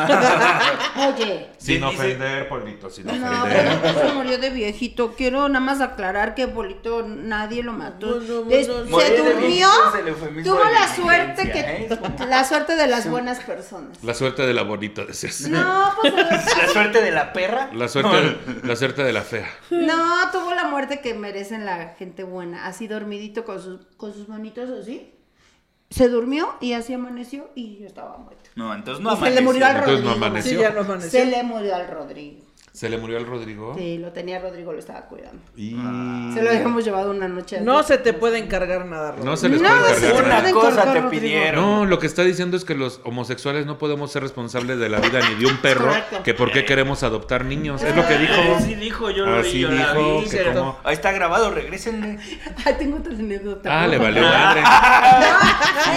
S3: [laughs] oye.
S1: Sin
S2: Dice-
S1: ofender, Polito, sin
S3: Ah. No,
S1: ofender.
S3: Polito se murió de viejito. Quiero nada más aclarar que Polito nadie lo
S4: No,
S3: mató.
S4: no,
S3: Des-
S4: no, no.
S2: Murió
S3: se
S2: de
S3: durmió.
S2: viejito, se le fue mi
S3: Tuvo la
S2: inteligencia,
S3: suerte
S2: ¿eh? Es
S3: que
S2: como-
S3: la suerte de las
S1: [laughs]
S3: buenas personas.
S1: La suerte de la bonita, decías.
S3: No, pues
S2: La [laughs] suerte de la perra.
S1: La suerte, la suerte de la fea.
S3: No, tuvo la muerte que merecen la gente buena. Así dormidito con sus, con sus manitos así. Se durmió y así amaneció y yo estaba muerto.
S2: No, entonces no
S3: Y se le murió al
S1: Entonces no
S3: Rodrigo.
S1: amaneció.
S4: Sí, ya no amaneció.
S3: Se le murió al Rodrigo.
S1: Se le murió al Rodrigo.
S3: Sí, lo tenía Rodrigo, lo estaba cuidando.
S1: Y
S3: Se lo habíamos llevado una noche.
S4: No
S3: antes.
S4: se te puede encargar nada, Rodrigo.
S1: Mm. no se les
S3: No,
S1: puede
S3: se
S1: cargar
S3: puede
S2: Una
S1: nada.
S3: Pueden
S2: cosa
S3: cortar,
S2: te
S3: Rodrigo.
S2: pidieron.
S1: No, lo que está diciendo es que los homosexuales no podemos ser responsables de la vida ni de un perro,
S3: Correcto.
S1: que por qué queremos adoptar niños. Es lo que dijo.
S2: Eh, Sí dijo, yo lo
S1: Así
S2: vi, yo la
S1: dijo,
S2: vi,
S1: que
S2: cierto.
S1: como-
S2: Ahí está grabado, regrésenle.
S3: Ay, tengo otra anécdota.
S1: Ah, le valió madre.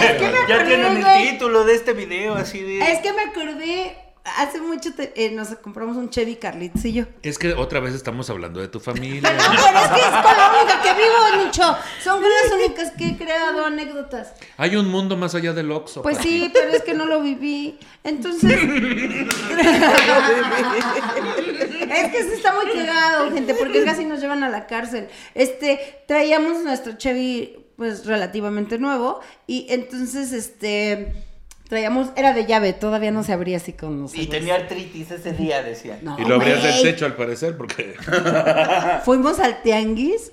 S3: Es que me
S2: Ya
S3: acordé,
S2: tienen el
S3: güey.
S2: título de este video, así de...
S3: Es que me acordé. Hace mucho te- eh, nos compramos un Chevy Carlitos y yo.
S1: Es que otra vez estamos hablando de tu familia.
S3: Perdón, Ah, pero es que es con la única que vivo, Nicho. Son con las únicas que he creado anécdotas.
S1: Hay un mundo más allá del Oxxo.
S3: Pues
S1: Pati.
S3: sí, pero es que no lo viví. Entonces. es que se está muy cagado, gente, porque casi nos llevan a la cárcel. Este, traíamos nuestro Chevy, pues relativamente nuevo, y entonces, este. Traíamos, era de llave, todavía no se abría así con nosotros.
S2: Y tenía artritis ese día, decía.
S3: No,
S1: Y lo abrías del
S3: güey.
S1: techo al parecer, porque
S3: Fuimos al tianguis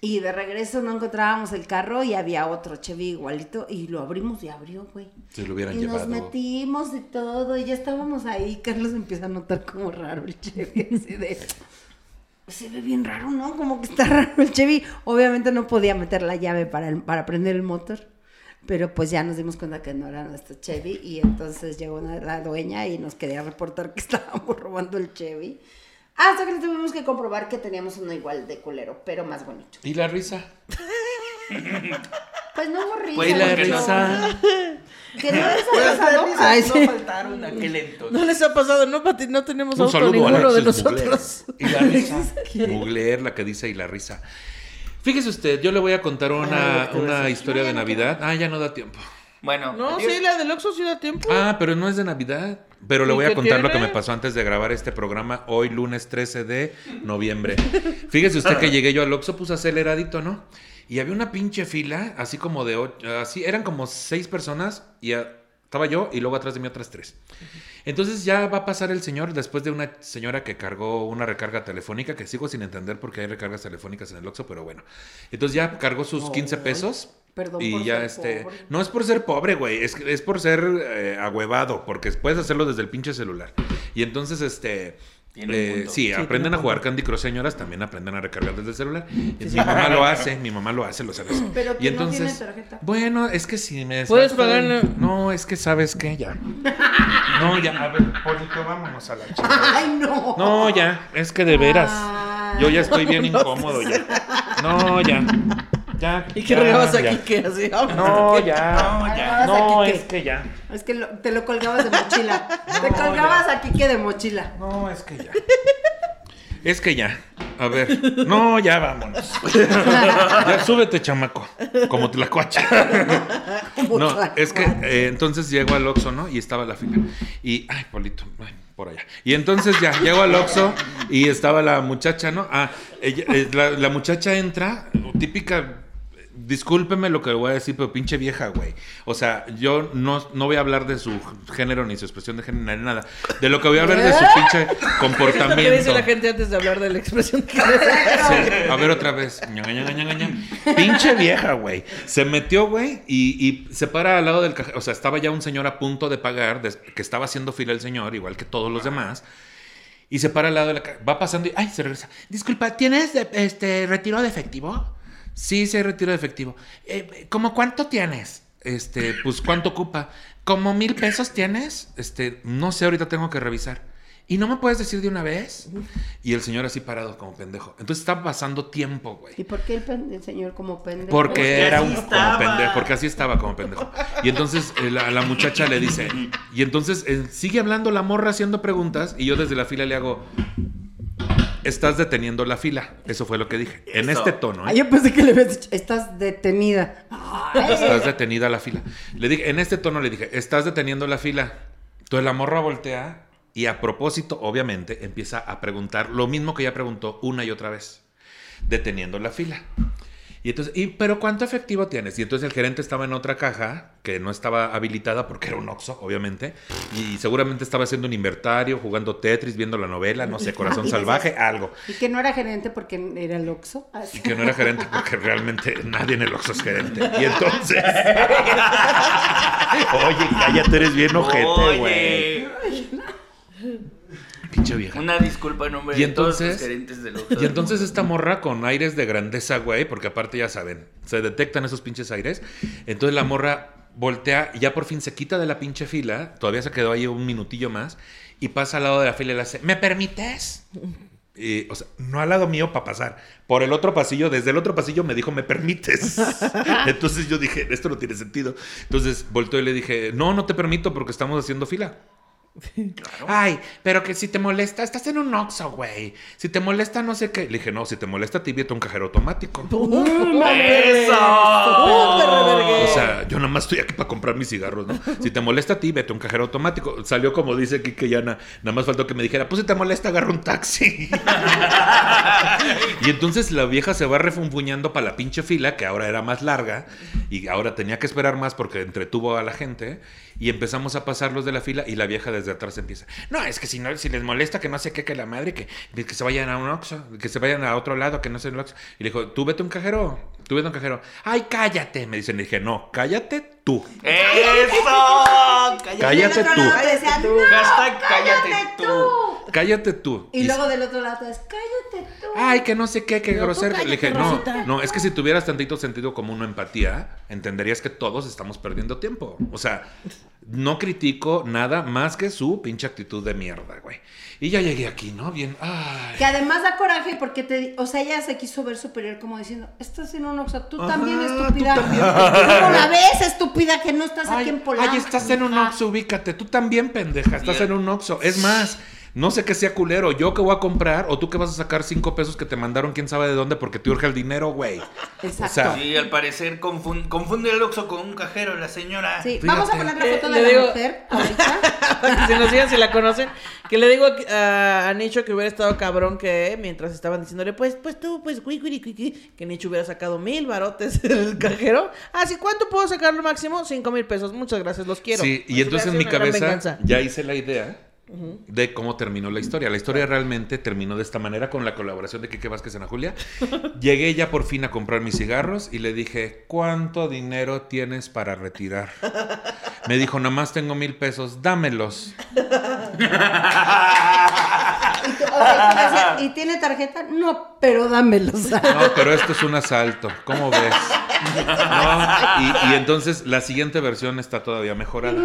S3: y de regreso no encontrábamos el carro y había otro Chevy igualito y lo abrimos y abrió, güey.
S1: se lo hubieran
S3: Y nos
S1: llevado.
S3: metimos y todo, y ya estábamos ahí. Carlos empieza a notar como raro el Chevy, así de. pues, Se ve bien [laughs] raro, ¿no? Como que está raro el Chevy. Obviamente no podía meter la llave para, el- para prender el motor. pero pues ya nos dimos cuenta que no era nuestro Chevy y entonces llegó una- la dueña y nos quería reportar que [laughs] estábamos robando el Chevy. Hasta que tuvimos que comprobar que teníamos uno igual de culero, pero más bonito.
S1: ¿Y la risa?
S3: Pues no hubo risa.
S1: Pues la
S3: porque no-
S1: risa.
S3: Que
S1: [laughs]
S3: no les ha
S4: Pues las
S3: pasado.
S4: risas
S3: [laughs] Ay,
S4: no
S3: sí.
S4: faltaron
S2: Ah, qué lento.
S4: [laughs] No les ha pasado, no, Pati, no tenemos
S1: Un
S4: auto
S1: saludo a
S4: ninguno de
S1: Alexis Bugler.
S4: nosotros.
S3: [laughs]
S1: Y la risa. Mugler, la que dice y la risa. Fíjese usted, yo le voy a contar una,
S4: Ah, lo que te iba a
S1: una
S4: decir.
S1: historia de Navidad. Ah, ya no da tiempo.
S2: Bueno,
S4: No,
S2: adiós.
S4: sí, la del Oxxo sí da tiempo.
S1: Ah, pero no es de Navidad. Pero le
S4: ¿Y
S1: voy a
S4: qué
S1: contar lo que
S4: tiene?
S1: me pasó antes de grabar este programa hoy, lunes 13 de noviembre. Fíjese usted que llegué yo al Oxxo, puse aceleradito, ¿no? Y había una pinche fila, así como de ocho, así, eran como seis personas y ah, estaba yo y luego atrás de mí otras tres. Entonces ya va a pasar el señor después de una señora que cargó una recarga telefónica, que sigo sin entender porque hay recargas telefónicas en el Oxxo, pero bueno. Entonces ya cargó sus 15 pesos.
S3: Perdón
S1: y
S3: por
S1: ya
S3: ser
S1: este
S3: pobre.
S1: no es por ser pobre güey es, es por ser eh, agüevado porque puedes hacerlo desde el pinche celular y entonces este
S2: Tiene
S1: eh,
S2: un punto.
S1: sí,
S4: Sí,
S1: aprenden
S4: tiene
S1: a
S4: un
S1: jugar
S4: punto.
S1: Candy Crush señoras también aprenden a recargar desde el celular mi mamá
S3: [laughs]
S1: lo hace mi mamá lo hace lo sabes
S3: Pero
S1: y
S3: que no tiene
S1: entonces
S3: tarjeta.
S1: bueno es que si me
S4: Puedes
S1: sacan-
S4: pagar en-
S1: no es que sabes que ya no ya a ver Polito vámonos a la chingada.
S3: Ay, no.
S1: No, ya, es que de veras.
S3: Ay.
S1: Yo ya estoy bien
S3: [laughs]
S1: incómodo ya. No, ya. Ya.
S4: [laughs] ¿Y qué
S1: ya,
S4: regabas
S1: ya.
S4: aquí? ¿Qué Ah, así?
S1: [laughs] No, ya.
S2: No, ya.
S3: Regabas
S1: Ah, No,
S3: aquí,
S1: es que ya.
S3: Es que lo- te lo colgabas de mochila.
S1: [laughs]
S3: te colgabas aquí que de mochila.
S1: No, es que ya. [laughs] Es que ya. A ver. No, ya [laughs] vámonos. Ya súbete, chamaco. Como te la [laughs]
S3: Como
S1: No,
S3: tlacuache.
S1: es que eh, entonces llego al Oxxo, ¿no? Y estaba la fila. Y, ay, Polito, ay, por allá. Y entonces ya, llego al Oxxo y estaba la muchacha, ¿no? Ah, ella- eh, la, la muchacha entra, típica, eh, discúlpeme lo que voy a decir, pero pinche vieja, güey. O sea, yo no, no voy a hablar de su género, ni su expresión de género, ni nada. De lo que voy a hablar es de su
S4: [laughs]
S1: pinche
S4: Es lo
S1: comportamiento.
S4: que dice la gente antes de hablar de la expresión que "Ah,
S1: Sí, [laughs] A ver otra vez. Ña, ña, ña, ña, ña. Pinche vieja, güey. Se metió, güey, y, y se para al lado del cajero. O sea, estaba ya un señor a punto de pagar, des- que estaba haciendo fila el señor, igual que todos los demás. Y se para al lado de la ca- Va pasando y. ¡Ay! Se regresa. Disculpa, ¿tienes de- este retiro de efectivo? Sí, sí, hay retiro de efectivo. Eh, ¿Cómo cuánto tienes? Este, pues cuánto ocupa. ¿Como mil pesos tienes? Este, no sé, ahorita tengo que revisar. ¿Y no me puedes decir de una vez? Y el señor así parado como pendejo. Entonces está pasando tiempo, güey.
S3: ¿Y por qué el, pen- el señor como pendejo?
S1: Porque
S2: Porque
S1: era
S2: así
S1: un como
S2: estaba.
S1: pendejo, porque así estaba como pendejo. Y entonces eh, la, la muchacha le dice, y entonces eh, sigue hablando la morra haciendo preguntas, y yo desde la fila le hago, estás deteniendo la fila. Eso fue lo que dije, en
S2: Eso.
S1: este tono. ¿eh?
S3: Ay, Ah, yo pensé que le habías dicho, estás detenida.
S1: Estás detenida la fila. Le dije, en este tono le dije, estás deteniendo la fila. Entonces la morra voltea y a propósito, obviamente, empieza a preguntar lo mismo que ya preguntó una y otra vez, deteniendo la fila. Y entonces, ¿y, pero cuánto efectivo tienes? Y entonces el gerente estaba en otra caja que no estaba habilitada porque era un Oxxo, obviamente, y seguramente estaba haciendo un inventario, jugando Tetris, viendo la novela, no sé, Corazón Salvaje, algo.
S3: Y que no era gerente porque era el Oxxo.
S1: Y que no era gerente porque realmente nadie en el Oxxo es gerente. Y entonces... Oye, cállate,
S2: [laughs]
S1: eres bien ojete, güey.
S2: Oye,
S1: Pinche vieja.
S2: una disculpa en nombre
S1: Y
S2: de todos los
S1: entonces-
S2: gerentes del Oxxo.
S1: Y entonces esta morra con aires de grandeza, güey, porque aparte ya saben, se detectan esos pinches aires. Entonces la morra voltea, y ya por fin se quita de la pinche fila, todavía se quedó ahí un minutillo más, y pasa al lado de la fila y le hace, ¿me permites? Y, o sea, no al lado mío para pasar. Por el otro pasillo, desde el otro pasillo me dijo, ¿me permites? Entonces yo dije, esto no tiene sentido. Entonces volteó y le dije, no, no te permito porque estamos haciendo fila. Ay, pero que si te molesta, estás en un Oxxo, güey. Si te molesta, no sé qué. Le dije, no, si te molesta, te invito a un cajero automático.
S4: Uh,
S2: ¡Eso!
S1: Mm, O sea, yo nada más estoy aquí para comprar mis cigarros, ¿no? Si te molesta a ti, vete a un cajero automático. Salió como dice Kike Yana, nada más faltó que me dijera, pues si te molesta, agarra un taxi. y entonces la vieja se va refunfuñando para la pinche fila, que ahora era más larga, y ahora tenía que esperar más porque entretuvo a la gente, y empezamos a pasarlos de la fila, y la vieja desde atrás empieza, no, es que si, no, si les molesta, que no sé qué, que la madre, que, que se vayan a un Oxxo, que se vayan a otro lado, que no sea el Oxxo. Y le dijo, tú vete a un cajero, tú vete a un cajero. Ay, cállate, me dicen, le dije, no, cállate tú.
S3: Eh,
S2: ¡Eso!
S1: Cállate tú.
S3: Decía, no,
S2: Hashtag cállate tú.
S1: cállate tú.
S3: Y
S1: Y-
S3: luego del otro lado es, cállate tú.
S1: Ay, que no sé qué, que
S3: No, tú
S1: grosero. Le dije,
S3: cállate,
S1: no,
S3: Rosita.
S1: no, es que si tuvieras tantito sentido común o empatía, entenderías que todos estamos perdiendo tiempo. O sea, no critico nada más que su pinche actitud de mierda, güey. Y ya llegué aquí, ¿no? Bien, ay.
S3: Que además da coraje porque te, o sea, ella se quiso ver superior como diciendo, estás en un Oxxo, tú
S1: Ajá,
S3: también
S1: tú
S3: estúpida.
S1: también.
S3: ¿Cómo la ves, estúpida, que no estás aquí en Polanco?
S1: Ay, estás en un Oxxo, ubícate. Tú también, pendeja, estás en un Oxxo. Es más, no sé qué sea culero. Yo que voy a comprar o tú que vas a sacar cinco pesos que te mandaron quién sabe de dónde porque te urge el dinero, güey. O sea,
S2: Sí, al parecer confun- confunde el Oxxo con un cajero, la señora. [laughs]
S3: Sí, vamos a
S1: Fíjate.
S3: poner la
S4: Eh,
S3: foto
S4: le
S3: de la
S4: digo-
S3: mujer ahorita.
S4: Para que se nos digan [laughs] si la conocen. Que le digo a- a, a Nicho que hubiera estado cabrón que mientras estaban diciéndole, pues, pues tú, pues, güi, güiri, güi, güi, que Nicho hubiera sacado mil barotes [laughs] del cajero. Así, ¿cuánto puedo sacar lo máximo? Cinco mil pesos. Muchas gracias, los quiero. Pues,
S1: Sí, y
S4: Así
S1: entonces en mi
S4: hubiera sido una gran
S1: cabeza
S4: venganza.
S1: ya hice la idea de cómo terminó la historia. La historia realmente terminó de esta manera con la colaboración de Quique Vázquez en
S4: [laughs]
S1: la Julia. Llegué ya por fin a comprar mis cigarros y le dije, ¿cuánto dinero tienes para retirar? Me dijo, nada más tengo mil pesos, dámelos.
S4: [laughs]
S3: Y, tú- o sea, tú decías, ¿y tiene tarjeta? No, pero dámelos.
S1: No, pero esto es un asalto, ¿cómo ves? No, Y, y entonces la siguiente versión está todavía mejorada.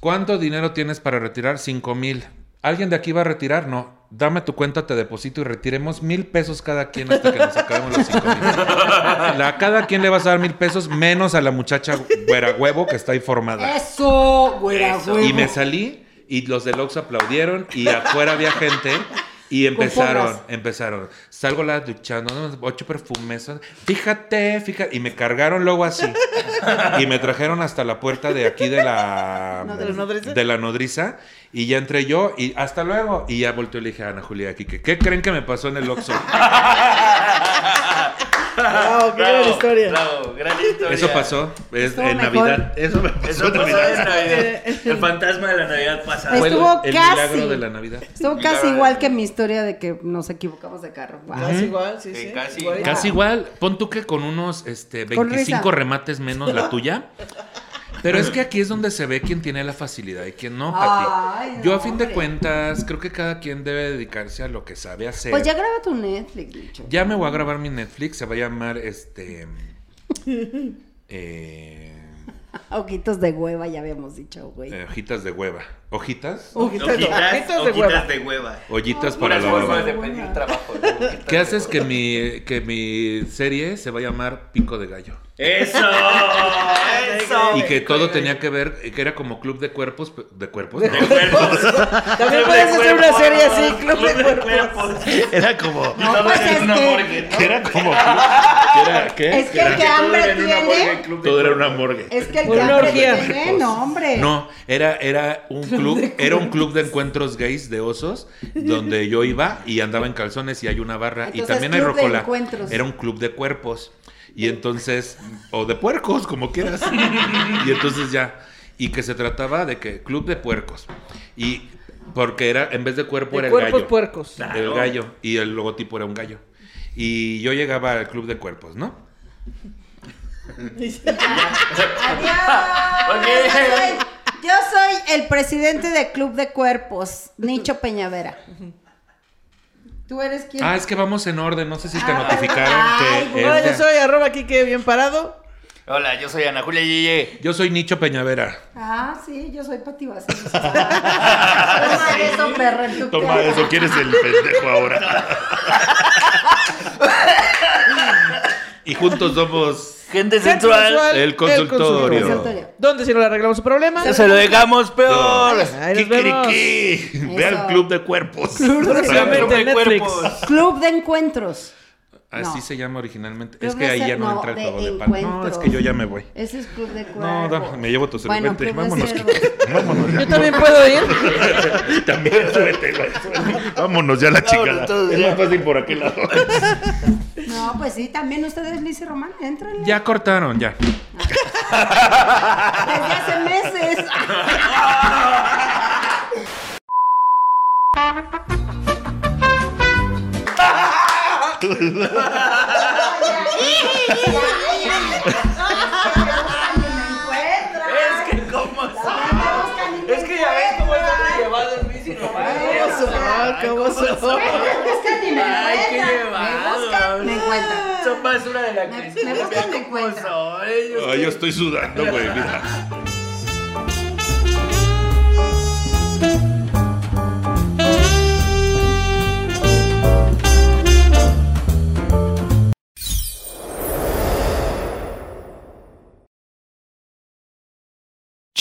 S1: ¿Cuánto dinero tienes para retirar? Cinco mil. ¿Alguien de aquí va a retirar? No. Dame tu cuenta, te deposito y retiremos mil pesos cada quien hasta que nos acabemos los cinco mil. A cada quien le vas a dar mil pesos menos a la muchacha güera huevo que está ahí formada.
S3: Eso, güera,
S2: Eso.
S3: güey.
S1: Y me salí y los del Oxxo aplaudieron y afuera había gente y empezaron,
S3: porras.
S1: empezaron. Salgo la duchando, ¿no? ocho perfumes. son- Fíjate, fíjate. Y me cargaron luego así. Y me trajeron hasta la puerta de aquí de la,
S4: ¿No, de la nodriza?
S1: de la nodriza. Y ya entré yo y hasta luego. Y ya volteó y le dije a Ana Julia aquí que, ¿qué creen que me pasó en el Oxxo?
S4: Bravo, qué gran historia.
S2: Bravo, gran historia.
S1: Eso pasó es-
S3: Estuvo
S1: en
S3: mejor.
S1: Navidad. Eso me pasó,
S2: Eso
S1: en
S2: pasó
S1: Navidad.
S4: [laughs]
S2: en Navidad. El fantasma de la Navidad pasada.
S1: Fue el-
S3: Estuvo
S1: el
S3: casi.
S1: milagro de la Navidad.
S3: Estuvo
S2: Y la
S3: casi
S2: verdad-
S3: igual que mi historia de que nos equivocamos de carro. Wow.
S4: Casi igual, sí,
S2: Sí,
S4: sí.
S2: casi
S4: igual.
S1: Casi igual, pon tú que con unos este,
S3: Con
S1: 25
S3: risa.
S1: remates menos la tuya. Pero es que aquí es donde se ve quién tiene la facilidad y quién no, Pati.
S3: Ay, no,
S1: Yo a fin de
S3: hombre.
S1: cuentas creo que cada quien debe dedicarse a lo que sabe hacer.
S3: Pues ya
S1: ya...
S3: graba tu Netflix, dicho.
S1: me voy a grabar mi Netflix, se va a llamar este... eh,
S3: Ojitos de hueva, ya habíamos dicho, güey.
S1: eh, hojitas de hueva. ¿Hojitas?
S4: Hojitas, no, hojitas de hueva.
S2: de hueva.
S1: Ollitas para
S2: Puras
S1: la
S2: formas
S1: hueva.
S2: de pedir trabajo. ¿no? Hojitas
S1: ¿Qué
S2: de
S1: haces
S2: hueva.
S1: que mi, que mi serie se va a llamar Pico de Gallo?
S4: [laughs]
S2: ¡Eso! ¡Eso!
S1: Y que todo tenía que ver, eh, que era como club de cuerpos, pe- de cuerpos,
S2: De
S1: [laughs]
S2: cuerpos.
S4: También
S2: Club
S4: puedes
S2: de
S4: hacer una
S2: cuerpos.
S4: serie así, Club de Cuerpos.
S8: Era como.
S2: Y todo
S3: pues
S2: en
S3: es
S2: una
S3: que-
S2: morgue, ¿no?
S8: Era como. ¿Qué era? ¿Qué?
S3: Es que
S8: Era
S3: el que
S2: Todo
S3: hambre
S2: en una morgue,
S3: tiene.
S2: club de
S8: Todo era
S2: cuerpos.
S8: una morgue.
S3: Es que el que
S4: Una
S3: hambre
S4: orgía.
S3: tiene, no, hombre.
S1: No, era, era un club, era un club de encuentros gays de osos, donde yo iba y andaba en calzones y hay una barra. y
S3: Entonces,
S1: también hay
S3: club de
S1: rocola.
S3: encuentros.
S1: Era un club de cuerpos. Y entonces, o de puercos, como quieras. Y entonces ya. Y que se trataba de que club de puercos. Y porque era, en vez de cuerpo,
S4: De
S1: era el
S4: cuerpos
S1: gallo.
S4: puercos.
S1: El gallo. Y el logotipo era un gallo. Y yo llegaba al club de cuerpos, ¿no?
S3: Adiós.
S2: Ok.
S3: Yo soy- Yo soy el presidente del Club de Cuerpos, Nicho Peñavera. ¿Tú eres quién?
S1: Ah, es que vamos en orden. No sé si te
S3: Ah,
S1: notificaron
S3: ay,
S1: que.
S4: Hola,
S1: es de-
S4: yo pues soy arroba Kike bien parado.
S2: Hola, yo soy Ana Julia Yeye.
S1: Yo soy Nicho Peñavera.
S3: Ah, sí, yo soy Pati Vasconcelos. [laughs] Toma eso, perra, en tu
S8: Toma
S3: cara.
S8: eso, ¿quién es el pendejo
S2: [laughs]
S8: ahora?
S1: Y juntos somos
S2: Gente
S4: Gente
S2: sensual.
S4: sensual,
S1: el consultorio.
S4: El
S3: Consultorio.
S4: ¿Dónde si no le arreglamos su problema?
S2: Se lo dejamos peor.
S4: Ahí nos vemos.
S8: Kikiriki. Ve al club de cuerpos.
S4: Próximamente
S2: Club de
S4: en Netflix.
S2: cuerpos.
S3: Club de Encuentros.
S1: Así
S3: No.
S1: se llama originalmente.
S3: Creo
S1: es
S3: que
S1: que ahí
S3: ese-
S1: ya no,
S3: no,
S1: entra el
S3: de
S1: juego de pan. No, es que yo ya me voy.
S3: Ese es Club de Cuerpos.
S1: No, da- me llevo tu
S3: Bueno, pues
S1: servente.
S3: Club de
S1: Vámonos,
S3: Cuervos.
S1: Kike. [laughs] Vámonos
S3: [laughs]
S1: ya.
S4: Yo también puedo ir. [laughs]
S8: También súbete, güey. súbete. Vámonos ya a la chingada.
S2: todos
S8: Es más fácil por aquel lado.
S3: No, pues sí, también ustedes, Liz y Román, entrenle.
S1: Ya cortaron, ya.
S3: Desde hace meses.
S2: Es que, ¿cómo son? Es que ya ves cómo están llevados Luis y Román.
S4: ¿Cómo son?
S3: buscan y me
S4: Ay, qué
S3: encuentran. Me buscan, me
S4: llevados.
S3: encuentran.
S2: Son basura de la
S3: Me-
S2: crisis.
S3: me buscan, me encuentran.
S8: Ay, yo estoy sudando, güey, mira.